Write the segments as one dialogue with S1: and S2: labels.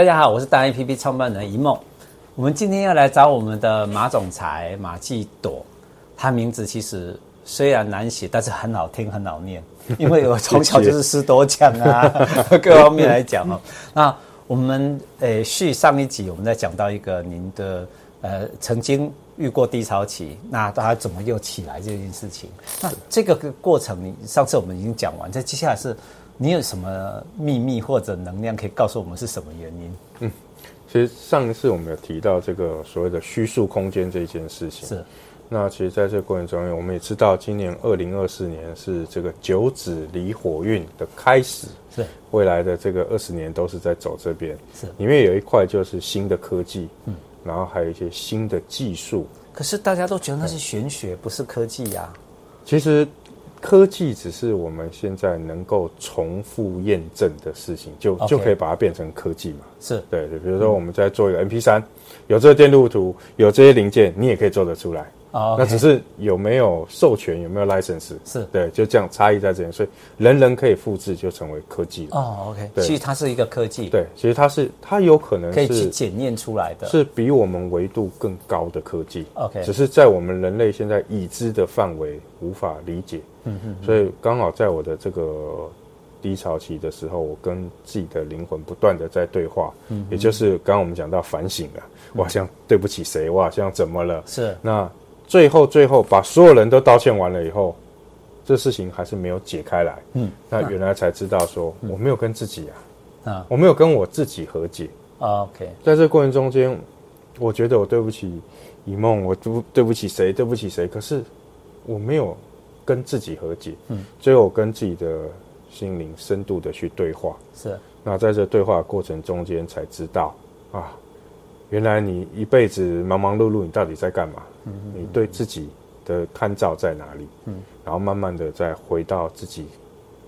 S1: 大家好，我是大 A P P 创办人一梦。我们今天要来找我们的马总裁马季朵，他名字其实虽然难写，但是很好听，很好念，因为我从小就是师多讲啊，各方面来讲哦。那我们呃续上一集，我们在讲到一个您的呃曾经遇过低潮期，那他怎么又起来这件事情？那这个过程，你上次我们已经讲完，这接下来是。你有什么秘密或者能量可以告诉我们是什么原因？嗯，
S2: 其实上一次我们有提到这个所谓的虚数空间这件事情。
S1: 是。
S2: 那其实在这个过程中，我们也知道，今年二零二四年是这个九子离火运的开始。
S1: 是。
S2: 未来的这个二十年都是在走这边。
S1: 是。
S2: 里面有一块就是新的科技，嗯，然后还有一些新的技术。
S1: 可是大家都觉得那是玄学，嗯、不是科技呀、啊。
S2: 其实。科技只是我们现在能够重复验证的事情，就就可以把它变成科技嘛。
S1: 是
S2: 对对，比如说我们在做一个 MP 三，有这个电路图，有这些零件，你也可以做得出来。
S1: 哦，
S2: 那只是有没有授权，有没有 license？
S1: 是
S2: 对，就这样差异在这里，所以人人可以复制，就成为科技了。
S1: 哦，OK，其实它是一个科技。
S2: 对，其实它是它有可能
S1: 可以去检验出来的，
S2: 是比我们维度更高的科技。
S1: OK，
S2: 只是在我们人类现在已知的范围无法理解。
S1: 嗯哼，
S2: 所以刚好在我的这个低潮期的时候，我跟自己的灵魂不断的在对话。
S1: 嗯，
S2: 也就是刚刚我们讲到反省了，我好像对不起谁，我好像怎么了？
S1: 是
S2: 那。最后，最后把所有人都道歉完了以后，这事情还是没有解开来。
S1: 嗯，
S2: 那原来才知道说、嗯、我没有跟自己
S1: 啊，啊，
S2: 我没有跟我自己和解。
S1: 啊、OK，
S2: 在这过程中间，我觉得我对不起以梦，我对对不起谁，对不起谁，可是我没有跟自己和解。
S1: 嗯，
S2: 最后我跟自己的心灵深度的去对话。
S1: 是，
S2: 那在这对话过程中间才知道啊。原来你一辈子忙忙碌碌，你到底在干嘛？
S1: 嗯嗯嗯
S2: 你对自己的看照在哪里？
S1: 嗯，
S2: 然后慢慢的再回到自己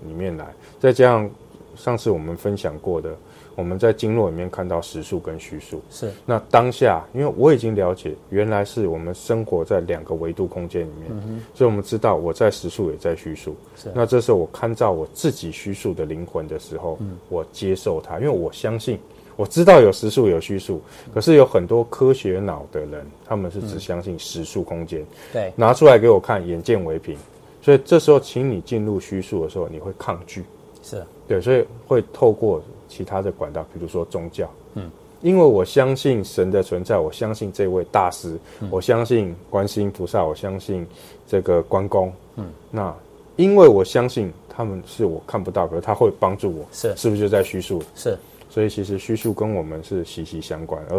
S2: 里面来。再加上上次我们分享过的，我们在经络里面看到实数跟虚数。
S1: 是。
S2: 那当下，因为我已经了解，原来是我们生活在两个维度空间里面，所以我们知道我在实数也在虚数。
S1: 是。
S2: 那这时候我看照我自己虚数的灵魂的时候，我接受它，因为我相信。我知道有实数有虚数，可是有很多科学脑的人，他们是只相信实数空间。
S1: 对、嗯，
S2: 拿出来给我看，眼见为凭。所以这时候，请你进入虚数的时候，你会抗拒。
S1: 是
S2: 对，所以会透过其他的管道，比如说宗教。
S1: 嗯，
S2: 因为我相信神的存在，我相信这位大师，嗯、我相信观世音菩萨，我相信这个关公。
S1: 嗯，
S2: 那因为我相信他们是我看不到，可是他会帮助我。
S1: 是，
S2: 是不是就在虚数？
S1: 是。
S2: 所以其实虚数跟我们是息息相关，
S1: 嗯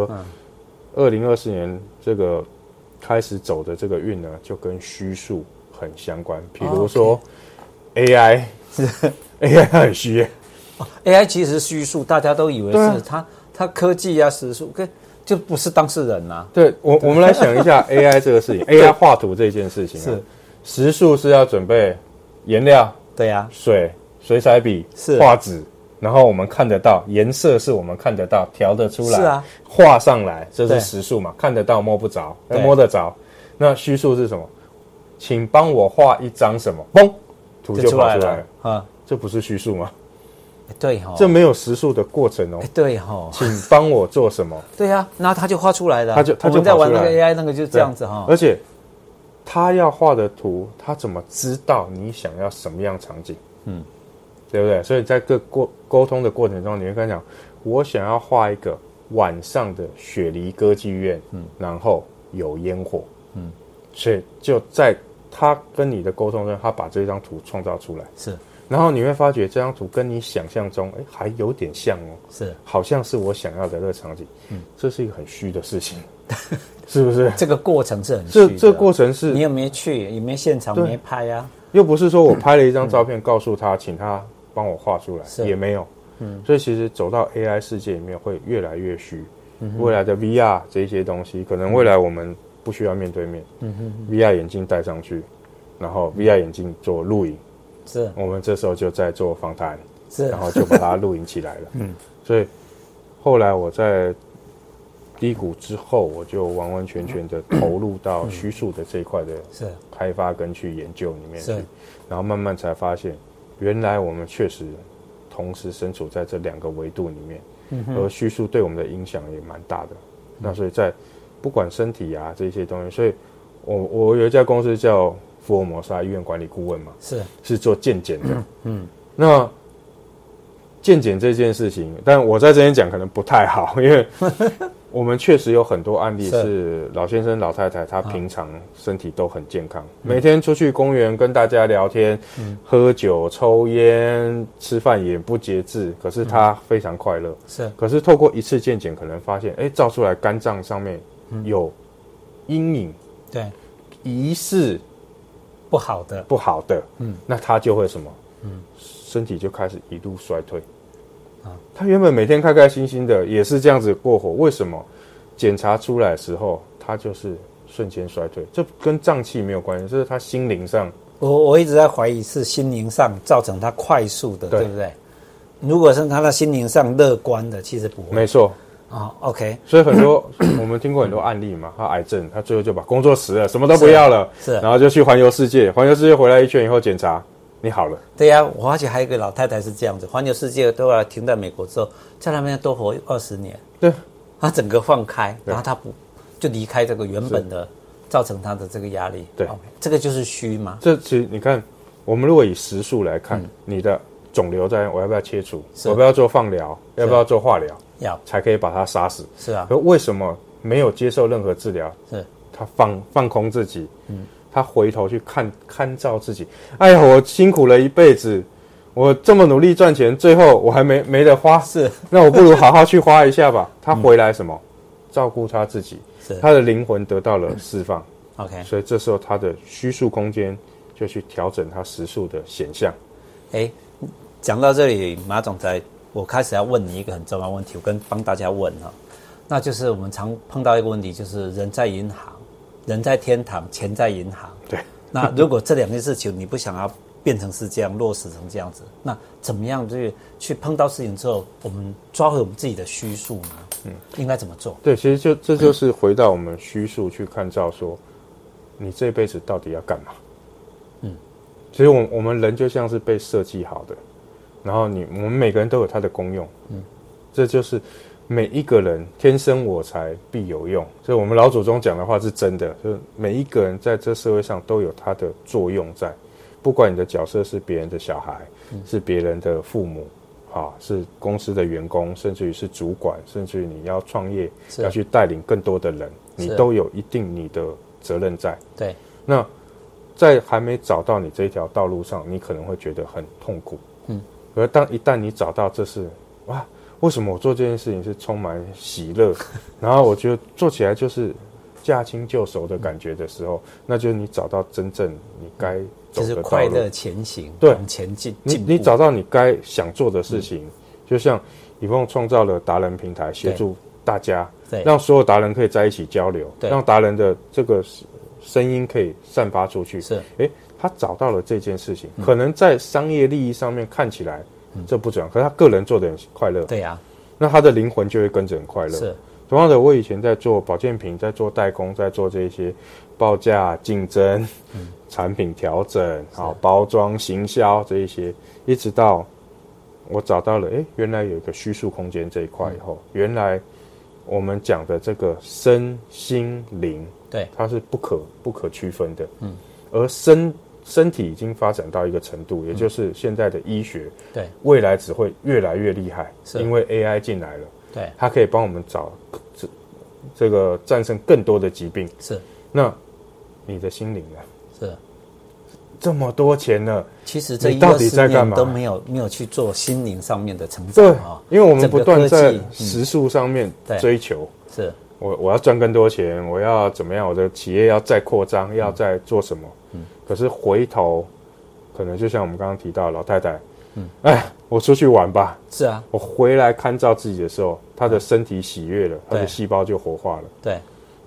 S2: 而二零二四年这个开始走的这个运呢，就跟虚数很相关。比如说 AI，AI、
S1: 哦
S2: okay、很虚、
S1: 哦、，AI 其实是虚数，大家都以为是它，啊、它科技啊、实数跟。就不是当事人呐、啊。
S2: 对我，我们来想一 下 AI 这个事情，AI 画图这件事情、啊、
S1: 是
S2: 实数是要准备颜料，
S1: 对呀、啊，
S2: 水、水彩笔、
S1: 是
S2: 画纸。然后我们看得到颜色，是我们看得到调得出来，
S1: 是啊，
S2: 画上来，这是实数嘛，看得到摸不着，摸得着。那虚数是什么？请帮我画一张什么？嘣，图就跑出来了哦
S1: 啊！哎
S2: 这不是虚数吗？
S1: 对哈，
S2: 这没有实数的过程哦。
S1: 对哈，
S2: 请帮我做什么？
S1: 对呀，那他就画出来了，
S2: 他就他就
S1: 在玩那个 AI 那个就是这样子哈。
S2: 而且他要画的图，他怎么知道你想要什么样场景？
S1: 嗯。
S2: 对不对？所以在各过沟通的过程中，你会跟他讲，我想要画一个晚上的雪梨歌剧院，
S1: 嗯，
S2: 然后有烟火，
S1: 嗯，
S2: 所以就在他跟你的沟通中，他把这张图创造出来，
S1: 是。
S2: 然后你会发觉这张图跟你想象中，哎，还有点像哦，
S1: 是，
S2: 好像是我想要的那个场景，
S1: 嗯，
S2: 这是一个很虚的事情。 是不是？
S1: 这个过程是很
S2: 这这过程是
S1: 你有没有去，也没现场没拍啊，
S2: 又不是说我拍了一
S1: 嗯
S2: 张照片，告诉他，请他帮我画出来，也没有。
S1: 嗯，
S2: 所以其实走到 AI 世界里面会越来越虚。
S1: 嗯、
S2: 未来的 VR 这些东西，可能未来我们不需要面对面。
S1: 嗯哼
S2: ，VR 眼镜戴上去，然后 VR 眼镜做录影，
S1: 是
S2: 我们这时候就在做访谈，
S1: 是，
S2: 然后就 把它录影起来了。
S1: 嗯，
S2: 所以后来我在。低谷之后，我就完完全全的投入
S1: 嗯
S2: 到虚数的这一块的开发跟去研究里面去，然后慢慢才发现，原来我们确实同时身处在这两个维度里面，而虚数对我们的影响也蛮大的。那所以在不管身体啊这些东西，所以我我有一家公司叫福尔摩沙医院管理顾问嘛，
S1: 是
S2: 是做健检的。嗯，那健检这件事情，但我在这边讲可能不太好，因 为我们确实有很多案例是老先生、老太太，他平常身体都很健康，每天出去公园跟大家聊天、喝酒、抽烟、吃饭也不节制，可是他非常快乐。
S1: 是
S2: 可是透过一次健检，可能发现，哎、照出来肝脏上面有阴影，
S1: 对
S2: 疑似
S1: 不好的
S2: 不好的，嗯，那他就会什么，嗯，身体就开始一路衰退。啊，他原本每天开开心心的，也是这样子过活，为什么？检查出来的时候，他就是瞬间衰退，这跟脏器没有关系，这是他心灵上
S1: 我我一直在怀疑是心灵上造成他快速的，
S2: 对
S1: 对不对？如果是他的心灵上乐观的，其实不会
S2: 没错。
S1: 啊、o k
S2: 所以很多 我们听过很多案例嘛，他癌症，他最后就把工作辞了，什么都不要了，
S1: 是是
S2: 然后就去环游世界，环游世界回来一圈以后检查，你好了，
S1: 对呀、我而且还有一个老太太是这样子，环游世界都要停在美国之后，在那边多活二十年，
S2: 对，
S1: 她整个放开，然后她不就离开这个原本的，造成她的这个压力。
S2: 对
S1: OK，这个就是虚嘛，
S2: 这其实你看，我们如果以时数来看，
S1: 嗯
S2: 你的肿瘤在，我要不要切除？我要不要做放疗？要不要做化疗？
S1: 要
S2: 才可以把它杀死。
S1: 是啊，
S2: 可为什么没有接受任何治疗？
S1: 是嗯
S2: 他放放空自己，他回头去看看照自己。哎呀，我辛苦了一辈子，我这么努力赚钱，最后我还没没得花，
S1: 是嗯
S2: 那我不如好好去花一 下吧。他回来什么？照顾他自己
S1: 是，
S2: 他的灵魂得到了释放。
S1: OK。
S2: 所以这时候它的虚数空间就去调整它实数的显像。
S1: 哎，讲到这里，马总裁，我开始要问你一个很重要的问题，我跟帮大家问哈、那就是我们常碰到一个问题，就是人在银行，人在天堂，钱在银行。
S2: 对，
S1: 那如果这两件事情你不想要变成是这样落实成这样子，那怎么样去去碰到事情之后，我们抓回我们自己的虚数呢？嗯，应该怎么做？
S2: 对，其实就这就是回到我们虚数去看照说，你这辈子到底要干嘛？嗯，其实我我们人就像是被设计好的，然后你我们每个人都有它的功用。嗯，这就是每一个人天生我材必有用，所以我们老祖宗讲的话是真的，就是每一个人在这社会上都有它的作用在，不管你的角色是别人的小孩，是别人的父母。啊，是公司的员工，甚至于是主管，甚至于你要创业，
S1: 是
S2: 要去带领更多的人，你
S1: 是
S2: 都有一定你的责任在。
S1: 对，
S2: 那在还没找到你这一条道路上，你可能会觉得很痛苦。
S1: 嗯，
S2: 而当一旦你找到这是哇，为什么我做这件事情是充满 喜乐，然后我觉得做起来就是驾轻就熟的感觉的时候，那就是你找到真正你该
S1: 就
S2: 走
S1: 是
S2: 的道
S1: 快
S2: 路。
S1: 乐前行，
S2: 对
S1: 往前进，
S2: 你
S1: 进
S2: 你
S1: 步嗯
S2: 找到你该想做的事情，就像以梦创造了达人平台，协助大家
S1: 对
S2: 让所有达人可以在一起交流，
S1: 对
S2: 让达人的这个声音可以散发出去。
S1: 是嗯
S2: 诶，他找到了这件事情，可能在商业利益上面看起来这不准，可是他个人做的很快乐，
S1: 对呀、
S2: 那他的灵魂就会跟着很快
S1: 啊，
S2: 乐。
S1: 是
S2: 同样的，我以前在做保健品，在做代工，在做这些报价、竞争、
S1: 嗯
S2: 产品调整、好包装、行销这一些，一直到我找到了，诶，原来有一个虚数空间这一块
S1: 嗯
S2: 以后，原来我们讲的这个身心灵，
S1: 对，
S2: 它是不可不可区分的，嗯，而身身体已经发展到一个程度，也就是现在的医学，
S1: 嗯对，
S2: 未来只会越来越厉害，
S1: 是
S2: 因为 AI 进来了。
S1: 对，
S2: 它可以帮我们找这这个战胜更多的疾病。
S1: 是
S2: 那你的心灵呢？
S1: 是。
S2: 这么多钱呢？
S1: 其实这
S2: 你
S1: 一
S2: 到
S1: 二
S2: 底
S1: 十
S2: 在干
S1: 年
S2: 嘛
S1: 都没有没有去做心灵上面的成长
S2: 对
S1: 啊、，
S2: 因为我们不断
S1: 整个科
S2: 在
S1: 技嗯
S2: 时速上面
S1: 对
S2: 追求。
S1: 是
S2: 我我要赚更多钱，我要怎么样？我的企业要再扩张，要再做什么？可是回头，可能就像我们刚刚提到的老太太，嗯，哎，我出去玩吧。
S1: 是啊，
S2: 我回来看照自己的时候，她的身体喜悦了，她的
S1: 对
S2: 细胞就活化了。
S1: 对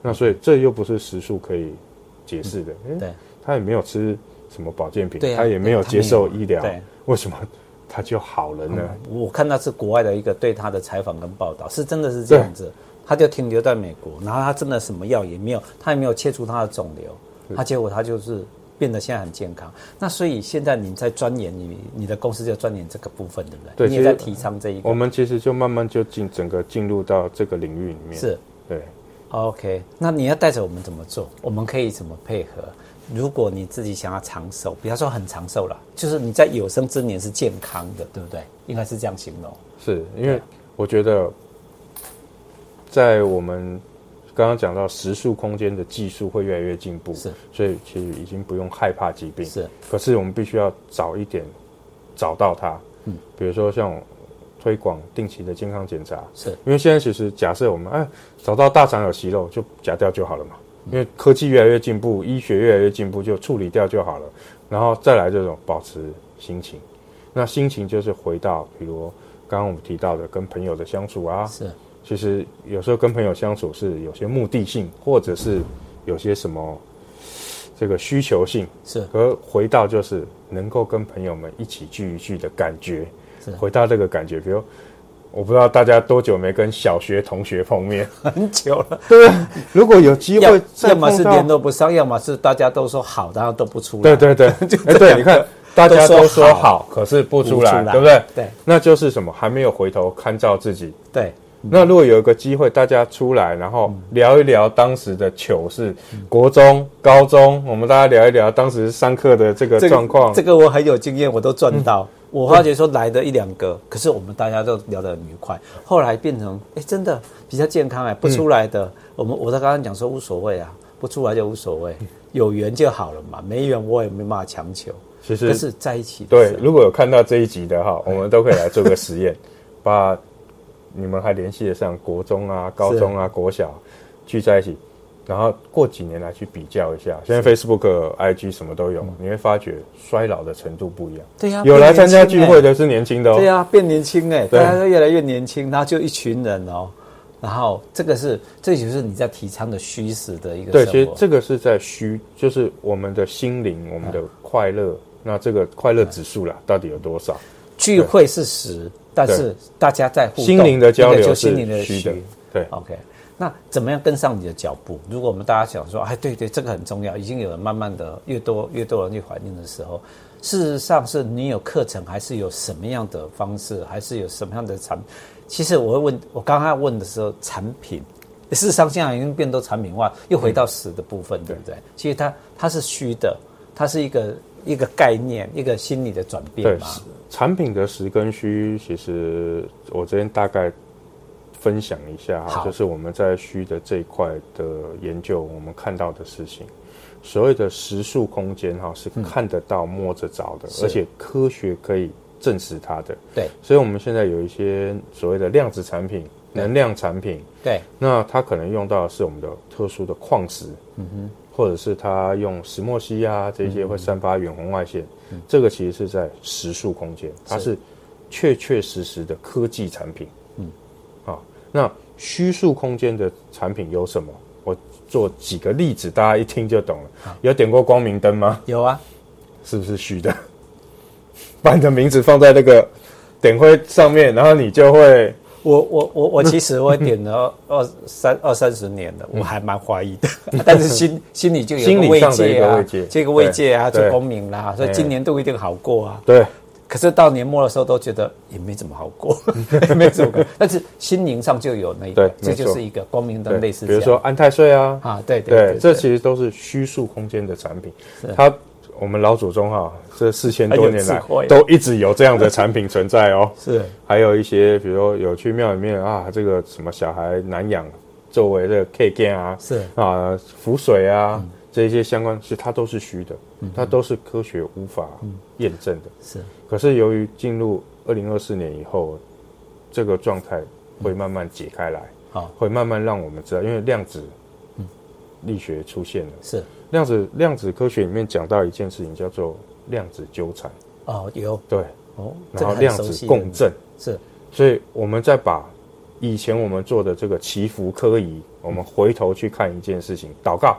S2: 那所以这又不是时速可以解释的。诶
S1: 对
S2: 他也没有吃什么保健品，
S1: 对啊
S2: 他也没有接受医疗
S1: 他没有对，嗯
S2: 为什么他就好了呢？
S1: 我看到是国外的一个对他的采访跟报道，是真的是这样子，他就停留在美国，然后他真的什么药也没有，他也没有切除他的肿瘤，他结果他就是变得现在很健康。那所以现在你在钻研你你的公司就钻研这个部分，对不对？
S2: 对
S1: 你也
S2: 其实哦
S1: 在提倡这一
S2: 我
S1: 个。
S2: 们其实就慢慢就进整个进入到这个领域里面。
S1: 是
S2: 对，
S1: OK，那你要带着我们怎么做？我们可以怎么配合？如果你自己想要长寿，不要说很长寿了，就是你在有生之年是健康的，对不对？应该是这样形容。
S2: 是因为我觉得，在我们刚刚讲到时速空间的技术会越来越进步，
S1: 是，
S2: 所以其实已经不用害怕疾病。
S1: 是，
S2: 可是我们必须要早一点找到它。嗯，比如说像推广定期的健康检查，
S1: 是
S2: 因为现在其实假设我们哎找到大肠有息肉就夹掉就好了嘛，
S1: 嗯
S2: 因为科技越来越进步，医学越来越进步，就处理掉就好了。然后再来这种保持心情，那心情就是回到比如刚刚我们提到的跟朋友的相处啊，
S1: 是
S2: 其实有时候跟朋友相处是有些目的性，或者是有些什么这个需求性。
S1: 是
S2: 可回到就是能够跟朋友们一起聚一聚的感觉
S1: 是，
S2: 回到这个感觉，比如。我不知道大家多久没跟小学同学碰面，
S1: 很久了，
S2: 如果有机
S1: 要
S2: 会再
S1: 要么是
S2: 碰到
S1: 联，络不上，要么是大家都说好，然后都不出来。
S2: 对对对，哎，对，你看大家
S1: 都
S2: 都
S1: 说
S2: 说
S1: 好
S2: 好，可是不
S1: 不
S2: 出
S1: 出
S2: 来，
S1: 来
S2: 对不对？
S1: 对
S2: 那就是什么，还没有回头看照自己。
S1: 对，
S2: 那如果有一个机会，大家出来，然后聊一聊当时的糗事，
S1: 嗯
S2: 国中、高中，我们大家聊一聊当时上课的这个
S1: 这
S2: 状况嗯
S1: 这，个我很有经验，我都赚到。我发觉说来的一两个，可是我们大家都聊得很愉快，后来变成哎、真的比较健康哎、
S2: 嗯
S1: 不出来的，我们我在刚刚讲说无所谓啊，不出来就无所谓，
S2: 嗯
S1: 有缘就好了嘛，没缘我也没办法强求。
S2: 其
S1: 可
S2: 实
S1: 是在一起的
S2: 对
S1: 时，候
S2: 如果有看到这一集的哈，我们都可以来做个实验，把你们还联系得上国中啊、高中啊、国小聚在一起，然后过几年来去比较一下。现在 Facebook、IG 什么都有，你会发觉衰老的程度嗯不一样。
S1: 对呀、
S2: 有来参加
S1: 变年轻
S2: 聚
S1: 哎
S2: 会的是年轻的哦
S1: 对，啊，变年轻哎、大
S2: 对
S1: 家都越来越年轻，然后就一群人哦，然后这个是这就是你在提倡的虚实的一个
S2: 对，
S1: 生
S2: 其实
S1: 活
S2: 这个是在虚，就是我们的心灵、我们的快乐，那这个快乐指数啦，到底有多少？
S1: 聚会是实，但是大家在互动，
S2: 心灵的交
S1: 那个
S2: 流
S1: 就是心灵的
S2: 虚
S1: 虚
S2: 的，对。
S1: OK，那怎么样跟上你的脚步？如果我们大家想说，哎，对对，这个很重要，已经有人慢慢的越多越多人去怀念的时候，事实上是你有课程，还是有什么样的方式，还是有什么样的产？其实我会问，我刚刚问的时候，产品。事实上，现在已经变多产品化，又回到实的部分，对不对？其实它它是虚的，它是一个一个概念，一个心理的转变
S2: 对
S1: 嘛。，
S2: 产品的实跟虚，其实我这边大概分享一下哈，
S1: 好
S2: 就是我们在虚的这一块的研究，我们看到的事情。所谓的实数空间
S1: 嗯
S2: 哈，是看得到、摸着着的，而且科学可以证实它的。
S1: 对
S2: 所以，我们现在有一些所谓的量子产品、
S1: 对
S2: 能量产品，
S1: 对
S2: 那它可能用到的是我们的特殊的矿石，嗯哼，或者是它用石墨烯啊这
S1: 嗯
S2: 些会散发远红外线，这个其实是在实数空间，它是确确实实的科技产品，嗯，啊，那虚数空间的产品有什么？我做几个例子，大家一听就懂了。有点过光明灯吗？
S1: 有啊，
S2: 是不是虚的？ 把你的名字放在那个点灰上面，然后你就会
S1: 我我我我其实我点 了二三二三十年了，我还蛮怀疑的，但是心心里就有
S2: 嗯心
S1: 个
S2: 理
S1: 慰
S2: 上的一
S1: 藉
S2: 个
S1: 啊
S2: 慰藉，
S1: 这个慰藉啊，做
S2: 对对
S1: 公民啦，所以今年度一定好过啊。
S2: 对
S1: 可是到年末的时候都觉得也没怎么好 过，也没怎么过，但是心灵上就有那一个
S2: 对，
S1: 这
S2: 没错
S1: 就是一个光明灯
S2: 对，
S1: 类似
S2: 比
S1: 这
S2: 如
S1: 样。
S2: 说安泰税啊，
S1: 啊，对
S2: 对
S1: 对，
S2: 这其实都是虚数空间的产品。它我们老祖宗哈、这四千多年
S1: 很有智
S2: 来
S1: 慧
S2: 都一直有这样的产品存在哦。
S1: 是
S2: 还有一些，比如说有去庙里面啊，这个什么小孩难养，作为这个 K 剑啊，
S1: 是
S2: 啊浮水啊、这一些相关，其实它都是虚的，
S1: 嗯
S2: 它都是科学无法验证的。
S1: 是
S2: 可是由于进入二零二四年以后，这个状态会慢慢解开来，
S1: 好
S2: 会慢慢让我们知道，因为量子
S1: 嗯
S2: 力学出现了。
S1: 是
S2: 量子量子科学里面讲到一件事情，叫做量子纠缠，
S1: 哦有
S2: 对，
S1: 哦，这
S2: 然
S1: 个
S2: 后
S1: 很
S2: 量
S1: 熟
S2: 子
S1: 悉的
S2: 共振，
S1: 是
S2: 所以我们再把以前我们做的这个祈福科仪，我们回头去看一件事情，祷告，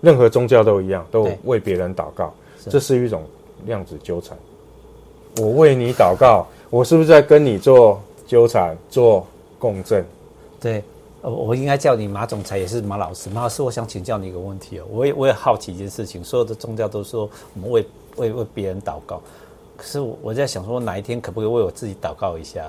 S2: 任何宗教都一样，都
S1: 对
S2: 为别人祷告，这是一种量子纠缠。我为你祷告，我是不是在跟你做纠缠、做共振？
S1: 对，呃，我应该叫你马总裁，也是马老师。马老师，我想请教你一个问题哦，我也我也好奇一件事情，所有的宗教都说我们为为为别人祷告，可是我我在想说，哪一天可不可以为我自己祷告一下，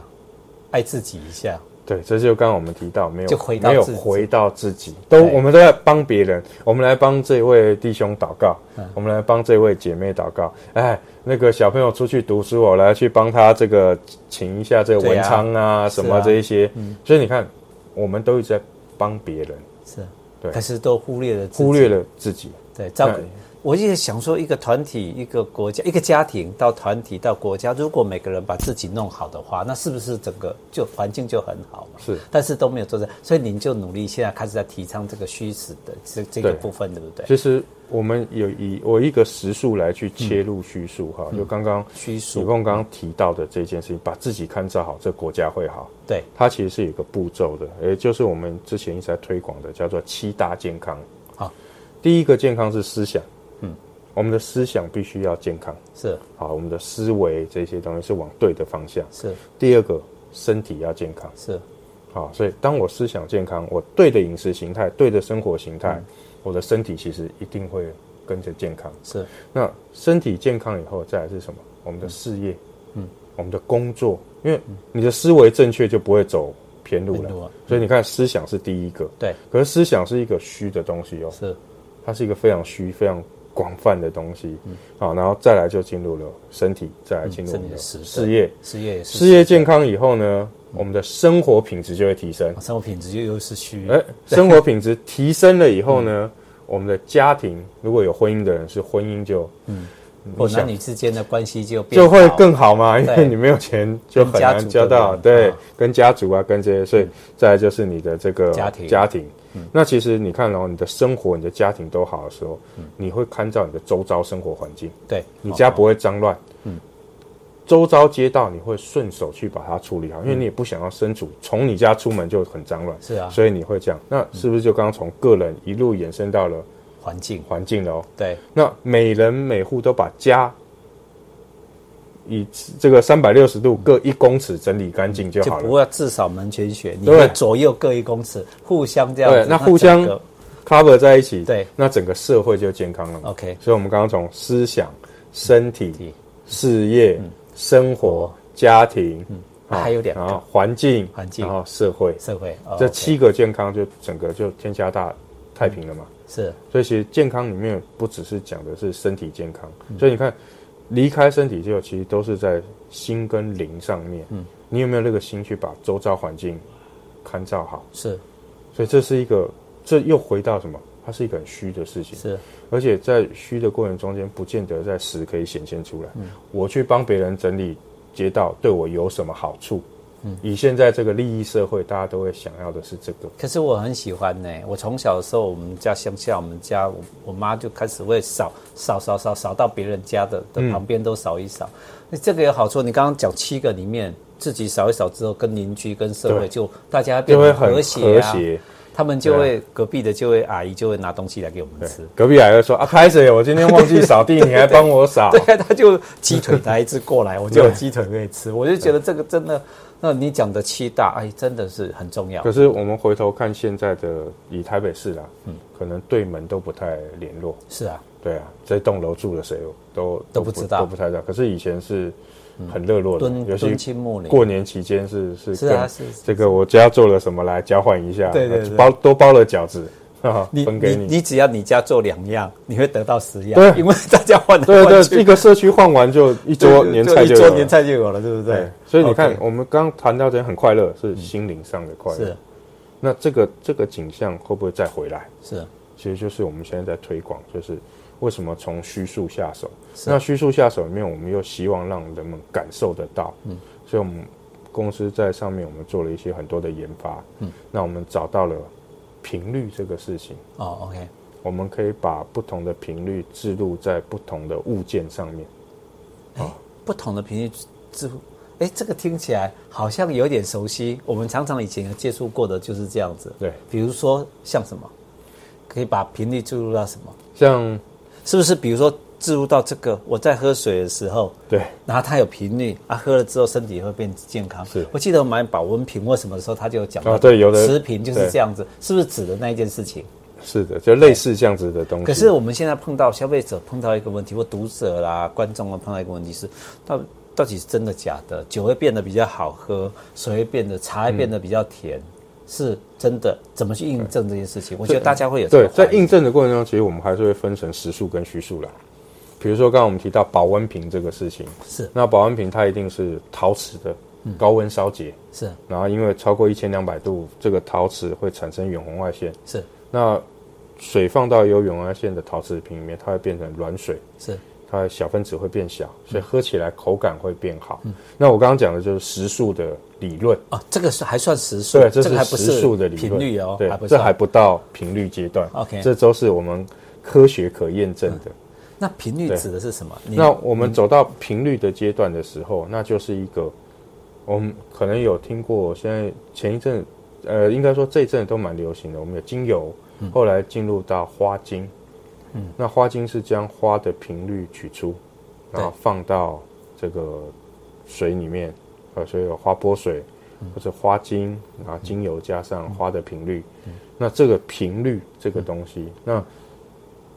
S1: 爱自己一下？
S2: 对，这就刚刚我们提到没有
S1: 就回到
S2: 没有
S1: 自己
S2: 回到自己，都
S1: 对
S2: 我们都在帮别人，我们来帮这位弟兄祷告，
S1: 嗯
S2: 我们来帮这位姐妹祷告。哎，那个小朋友出去读书，我哦来去帮他这个请一下这个
S1: 对啊
S2: 文昌啊什么
S1: 是啊
S2: 这一些。所以你看，我们都一直在帮别人，
S1: 是，
S2: 对
S1: 可是都忽略了自己
S2: 忽略了自己。
S1: 对照顾
S2: 对。
S1: 我也想说，一个团体、一个国家、一个家庭到团体到国家，如果每个人把自己弄好的话，那是不是整个就环境就很好嘛？
S2: 是
S1: 但是都没有做到，所以您就努力，现在开始在提倡这个虚实的这这个
S2: 对
S1: 部分，对不对？
S2: 其实我们有以我一个实数来去
S1: 嗯
S2: 切入叙述哈，就刚刚
S1: 虚
S2: 李
S1: 数，
S2: 凤刚刚提到的这件事情，把自己看照好，这国家会好。
S1: 对，
S2: 它其实是有一个步骤的，也就是我们之前一直在推广的，叫做七大健康。
S1: 好，
S2: 第一个健康是思想，嗯，我们的思想必须要健康，
S1: 是
S2: 好，我们的思维这些东西是往对的方向。
S1: 是
S2: 第二个，身体要健康，
S1: 是
S2: 好，啊所以当我思想健康，我对的饮食形态、对的生活形态，
S1: 嗯
S2: 我的身体其实一定会跟着健康。
S1: 是
S2: 那身体健康以后，再来是什么？我们的事业，嗯，我们的工作，因为你的思维正确，就不会走偏路
S1: 嗯偏路
S2: 了
S1: 啊。
S2: 所以你看，思想是第一个，
S1: 对，
S2: 可是思想是一个虚的东西哦，
S1: 是
S2: 它是一个非常虚、非常广泛的东西。好，然后再来就进入了身体，再来进入我们
S1: 嗯身体的嗯
S2: 的
S1: 实
S2: 事业。
S1: 事业也是
S2: 事业健康以后呢，我们的生活品质就会提升。
S1: 生活品质又又是虚，
S2: 哎，生活品质提升了以后呢，
S1: 嗯
S2: 我们的家庭如果有婚姻的人，是婚姻就
S1: 或男女之间的关系就变
S2: 就会
S1: 好
S2: 更好嘛，因为
S1: 对
S2: 你没有钱就很
S1: 跟家
S2: 难
S1: 族
S2: 交
S1: 的
S2: 到，
S1: 人
S2: 对
S1: 啊，嗯
S2: 跟家族啊，跟这些，所以再来就是你的这个
S1: 家庭嗯
S2: 家庭。那其实你看哦，你的生活、你的家庭都好的时候，
S1: 嗯
S2: 你会看照你的周遭生活环境，
S1: 对，
S2: 你家不
S1: 会
S2: 会脏乱，
S1: 嗯
S2: 周遭街道你会顺手去把它处理好，因为你也不想要身处从你家出门就很脏乱，
S1: 嗯是啊
S2: 所以你会这样。那是不是就刚刚从个人一路延伸到了
S1: 环境
S2: 环境了哦？
S1: 对
S2: 那每人每户都把家以这个三百六十度各一公尺整理干净就
S1: 嗯就
S2: 好
S1: 不
S2: 了。
S1: 要至少门全选，你
S2: 对
S1: 会左右各一公尺，互相这样
S2: 对
S1: 子，
S2: 那
S1: 整
S2: 互相
S1: 个
S2: cover 在一起，
S1: 对，
S2: 那整个社会就健康了嘛。
S1: OK
S2: 所以我们刚刚从思想、身体
S1: 体、
S2: 事业、生活、家庭，哦
S1: 啊还有两个
S2: 然后环境、
S1: 环境
S2: 然后社会，
S1: 社会，哦
S2: 这
S1: OK，
S2: 七个健康就整个就天下大太平了嘛。
S1: 是
S2: 所以其实健康里面不只是讲的是身体健康，所以你看离开身体之后，其实都是在心跟灵上面。嗯，你有没有那个心去把周遭环境看照好？
S1: 是
S2: 所以这是一个，这又回到什么？它是一个很虚的事情，
S1: 是
S2: 而且在虚的过程中间，不见得在实可以显现出来。
S1: 嗯
S2: 我去帮别人整理街道，对我有什么好处？嗯，以现在这个利益社会，大家都会想要的是这个。
S1: 可是我很喜欢呢、我从小的时候，我们家乡下，我们家我我妈就开始会扫扫扫扫扫到别人家的
S2: 嗯
S1: 的旁边都扫一扫。那、这个有好处，你刚刚讲七个里面，自己扫一扫之后，跟邻居跟社会
S2: 对
S1: 就大家变
S2: 就会
S1: 得
S2: 很
S1: 和谐啊，
S2: 和谐
S1: 他们就会、隔壁的就会阿姨就会拿东西来给我们吃。
S2: 隔壁来了说啊，拍谁？我今天忘记扫地，你还帮我 扫。
S1: 对啊，他就鸡腿拿一只过 来，我就有鸡腿可以吃。我就觉得这个真的，那你讲的七大，哎，真的是很重要
S2: 可。是我们回头看现在的以台北市啦，
S1: 嗯
S2: 可能对门都不太联络。
S1: 是啊，
S2: 对啊，这栋楼住了谁都
S1: 都不知道嗯
S2: 都不太知道。可是以前是很热络的，
S1: 敦
S2: 尤
S1: 敦
S2: 其
S1: 亲睦邻，
S2: 过年期间是是
S1: 是啊
S2: 跟
S1: 是是
S2: 这个我家做了什么来交换一下，
S1: 对对对
S2: 包多包了饺子， 哈哈
S1: 你
S2: 分给
S1: 你只要你家做两样，你会得到十样，
S2: 对
S1: 因为大家换来
S2: 对
S1: 换
S2: 对，一
S1: 去，
S2: 个社区换完就一桌
S1: 就
S2: 年菜
S1: 就
S2: 就
S1: 一
S2: 有
S1: 桌
S2: 了
S1: 年菜就有了，对不对嗯
S2: 对？，所以你看
S1: OK，
S2: 我们刚谈到这些很快乐，是心灵上的快乐
S1: 是。
S2: 那这个这个景象会不会再回来？
S1: 是
S2: 其实就是我们现在在推广，就是为什么从虚数下手？
S1: 是
S2: 那虚数下手里面，我们又希望让人们感受得到。嗯，所以我们公司在上面，我们做了一些很多的研发。嗯，那我们找到了频率这个事情，
S1: 哦，OK，
S2: 我们可以把不同的频率置入在不同的物件上面。
S1: 不同的频率支付。哎，这个听起来好像有点熟悉。我们常常以前有接触过的就是这样子。
S2: 对，
S1: 比如说像什么，可以把频率注入到什么？
S2: 像
S1: 是不是比如说置入到这个，我在喝水的时候，
S2: 对，
S1: 然后它有频率啊，喝了之后身体也会变健康。
S2: 是
S1: 我记得我买保温瓶或什么的时候，他就有讲到
S2: 啊对有的
S1: 持平就是这样子，是不是指的那一件事情？
S2: 是的，就类似这样子的东西。
S1: 可是我们现在碰到消费者碰到一个问题，或读者啦、观众啊碰到一个问题是，到到底是真的假的？酒会变得比较好喝，水会变得茶会变得比较甜，是真的？怎么去印证这件事情？我觉得大家会有这
S2: 对
S1: 个，
S2: 在
S1: 怀疑
S2: 印证的过程中，其实我们还是会分成实数跟虚数啦。比如说，刚刚我们提到保温瓶这个事情，
S1: 是
S2: 那保温瓶它一定是陶瓷的，高温烧结，
S1: 是
S2: 然后因为超过一千两百度，这个陶瓷会产生远红外线。
S1: 是
S2: 那水放到有远红外线的陶瓷瓶里面，它会变成软水，
S1: 是嗯
S2: 它的小分子会变小，所以喝起来口感会变好。那我刚刚讲的就是实数的理论，
S1: 哦，这个是还算时数，
S2: 对，这
S1: 个还不
S2: 是实
S1: 是
S2: 数的理
S1: 频
S2: 论
S1: 率哦，
S2: 对
S1: 还，不
S2: 这还
S1: 算。
S2: 不到频率阶段。
S1: OK
S2: 这都是我们科学可验证的。
S1: 那频率
S2: 对
S1: 指的是什么？你
S2: 那我们走到频率的阶段的时候，那就是一个我们可能有听过，现在前一阵，呃，应该说这一阵都蛮流行的。我们有精油，后来进入到花精，嗯，那花精是将花的频率取出，然后放到这个水里面，呃，所以有花波水或者花精，然后精油加上花的频率，那这个频率这个东西，那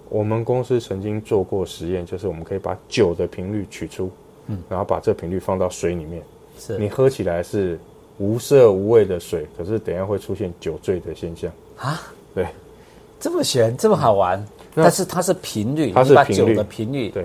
S2: 我们公司曾经做过实验，就是我们可以把酒的频率取出，嗯，然后把这频率放到水里面，
S1: 是
S2: 你喝起来是无色无味的水，可是等一下会出现酒醉的现象。
S1: 啊，
S2: 对，
S1: 这么悬，这么好玩，
S2: 嗯那
S1: 但是它是频率，
S2: 它是
S1: 你把
S2: 频
S1: 酒
S2: 率
S1: 的频率
S2: 对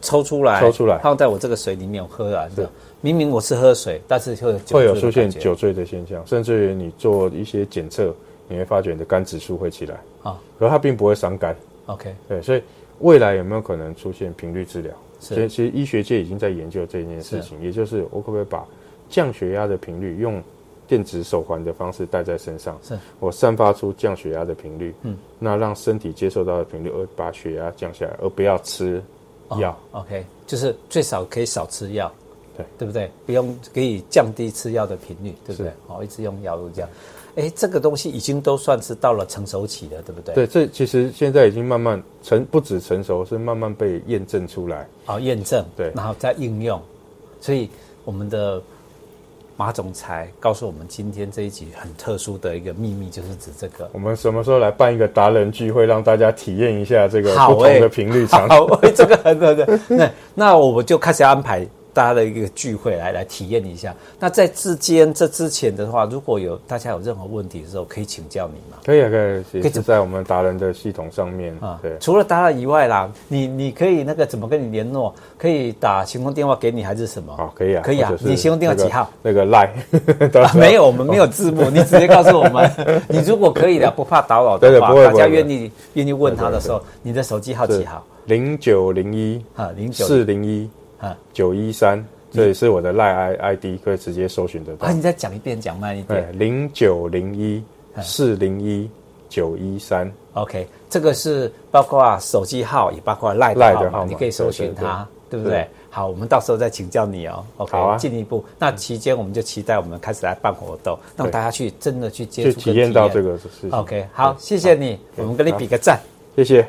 S1: 抽出来，
S2: 抽出来
S1: 放在我这个水里面我喝完的。明明我是喝水，但是会有酒
S2: 会有
S1: 醉的
S2: 出现
S1: 感觉
S2: 酒醉的现象，甚至于你做一些检测，你会发觉你的肝指数会起来，
S1: 啊。
S2: 可它并不会伤肝。
S1: OK，
S2: 对，所以未来有没有可能出现频率治疗？
S1: 是
S2: 所以其实医学界已经在研究这件事情，也就是我可不可以把降血压的频率用电子手环的方式戴在身上，
S1: 是
S2: 我散发出降血压的频率，嗯，那让身体接受到的频率，而把血压降下来，而不要吃
S1: 哦
S2: 药。
S1: OK，就是最少可以少吃药，
S2: 对
S1: 对不对？不用可以降低吃药的频率，对不对
S2: 是？
S1: 哦，一直用药物这样，哎，这个东西已经都算是到了成熟期了，对不对？，
S2: 对，这其实现在已经慢慢成，不止成熟，是慢慢被验证出来。
S1: 哦，验证，
S2: 对
S1: 然后再应用，所以我们的马总裁告诉我们，今天这一集很特殊的一个秘密，就是指这个。
S2: 我们什么时候来办一个达人聚会，让大家体验一下这个
S1: 好
S2: 不同
S1: 欸
S2: 的频率 场？
S1: 好，哎这个很很很，那那我们就开始安排大家的一个聚会来来体验一下。那在之间这之前的话，如果有大家有任何问题的时候，可以请教你嘛。
S2: 可以啊，可以啊，也
S1: 可以
S2: 是在我们达人的系统上面
S1: 啊
S2: 对，，
S1: 除了达人以外啦，你你可以那个怎么跟你联络？可以打行动电话给你还是什么？
S2: 好，可以啊，
S1: 可以啊
S2: 或者。是
S1: 你行动电话几号？
S2: 那个那个 line
S1: 啊没有，我们没有字幕，你直接告诉我 们。你如果可以的，不怕打扰
S2: 对
S1: 的
S2: 对
S1: 话，
S2: 不会
S1: 大家
S2: 不会
S1: 愿意愿意问他的时候，你的手机号几号？
S2: 零九零一
S1: 啊，零九
S2: 四零一
S1: 啊
S2: 九一三，这也是我的 line I ID，可以直接搜寻得到
S1: 啊，。你再讲一遍，讲慢一点
S2: 哎。，零九零一
S1: 哎
S2: 四零一九一三，
S1: OK，这个是包括手机号，也包括赖的
S2: Line
S1: 号
S2: 的
S1: 码，
S2: 号码
S1: 你可以搜寻它，对
S2: 对对对
S1: 不对？好，我们到时候再请教你哦。OK，
S2: 好啊
S1: 进一步，那期间我们就期待我们开始来办活动，让
S2: 对
S1: 大家去真的去接
S2: 去
S1: 触跟
S2: 体验到这。个事情。
S1: OK，好，谢谢你，我们跟你比个赞。
S2: 谢谢。